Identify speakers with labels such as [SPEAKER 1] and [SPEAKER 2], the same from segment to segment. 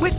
[SPEAKER 1] With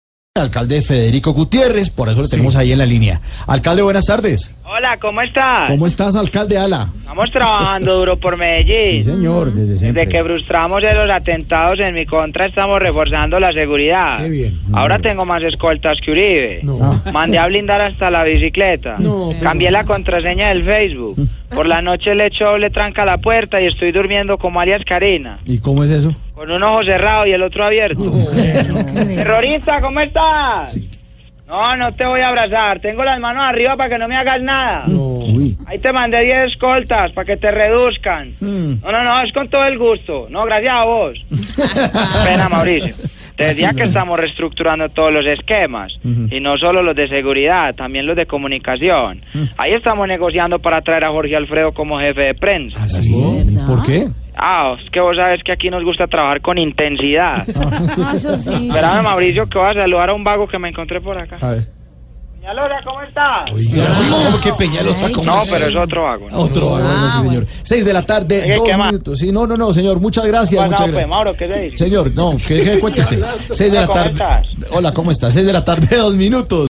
[SPEAKER 2] Alcalde Federico Gutiérrez, por eso lo tenemos ahí en la línea. Alcalde, buenas tardes.
[SPEAKER 3] Hola, ¿cómo estás?
[SPEAKER 2] ¿Cómo estás, alcalde Ala?
[SPEAKER 3] Estamos trabajando duro por Medellín.
[SPEAKER 2] Sí, señor, desde siempre.
[SPEAKER 3] Desde que frustramos de los atentados en mi contra, estamos reforzando la seguridad.
[SPEAKER 2] Qué bien.
[SPEAKER 3] Ahora
[SPEAKER 2] No.
[SPEAKER 3] tengo más escoltas que Uribe. Ah.
[SPEAKER 2] No.
[SPEAKER 3] Mandé a blindar hasta la bicicleta.
[SPEAKER 2] No. Mm.
[SPEAKER 3] Cambié la contraseña del Facebook. Por la noche le echo doble tranca a la puerta y estoy durmiendo como alias Karina.
[SPEAKER 2] ¿Y cómo es eso?
[SPEAKER 3] Con un ojo cerrado y el otro abierto. Terrorista, ¿cómo estás? No, no te voy a abrazar. Tengo las manos arriba para que no me hagas nada.
[SPEAKER 2] Uy.
[SPEAKER 3] Ahí te mandé 10 escoltas para que te reduzcan.
[SPEAKER 2] Mm.
[SPEAKER 3] No, no, no, es con todo el gusto. No, gracias a vos. Pena, Mauricio. Te decía que estamos reestructurando todos los esquemas, y no solo los de seguridad, también los de comunicación.
[SPEAKER 2] Mm.
[SPEAKER 3] Ahí estamos negociando para traer a Jorge Alfredo como jefe de prensa.
[SPEAKER 2] ¿Así? ¿Por qué?
[SPEAKER 3] Ah, es que vos sabes que aquí nos gusta trabajar con
[SPEAKER 2] Ah,
[SPEAKER 3] intensidad. Espérame, Mauricio, que voy a saludar a un vago que me encontré por acá.
[SPEAKER 2] A ver.
[SPEAKER 3] Peñalosa, ¿cómo estás?
[SPEAKER 2] No, que Peñalosa
[SPEAKER 3] No, pero es otro vago. ¿no?
[SPEAKER 2] Otro, ah, bueno, sí, señor. Seis de la tarde,
[SPEAKER 3] Oye,
[SPEAKER 2] dos
[SPEAKER 3] ¿qué más?
[SPEAKER 2] minutos. Sí, no, no, no, señor, muchas gracias.
[SPEAKER 3] Pasado,
[SPEAKER 2] Muchas
[SPEAKER 3] pues,
[SPEAKER 2] gracias.
[SPEAKER 3] Mauro, ¿qué se dice?
[SPEAKER 2] Señor, no, que, que cuente usted. Seis de la
[SPEAKER 3] ¿Cómo
[SPEAKER 2] tarde.
[SPEAKER 3] estás?
[SPEAKER 2] Hola, ¿cómo está? Seis de la tarde, dos minutos.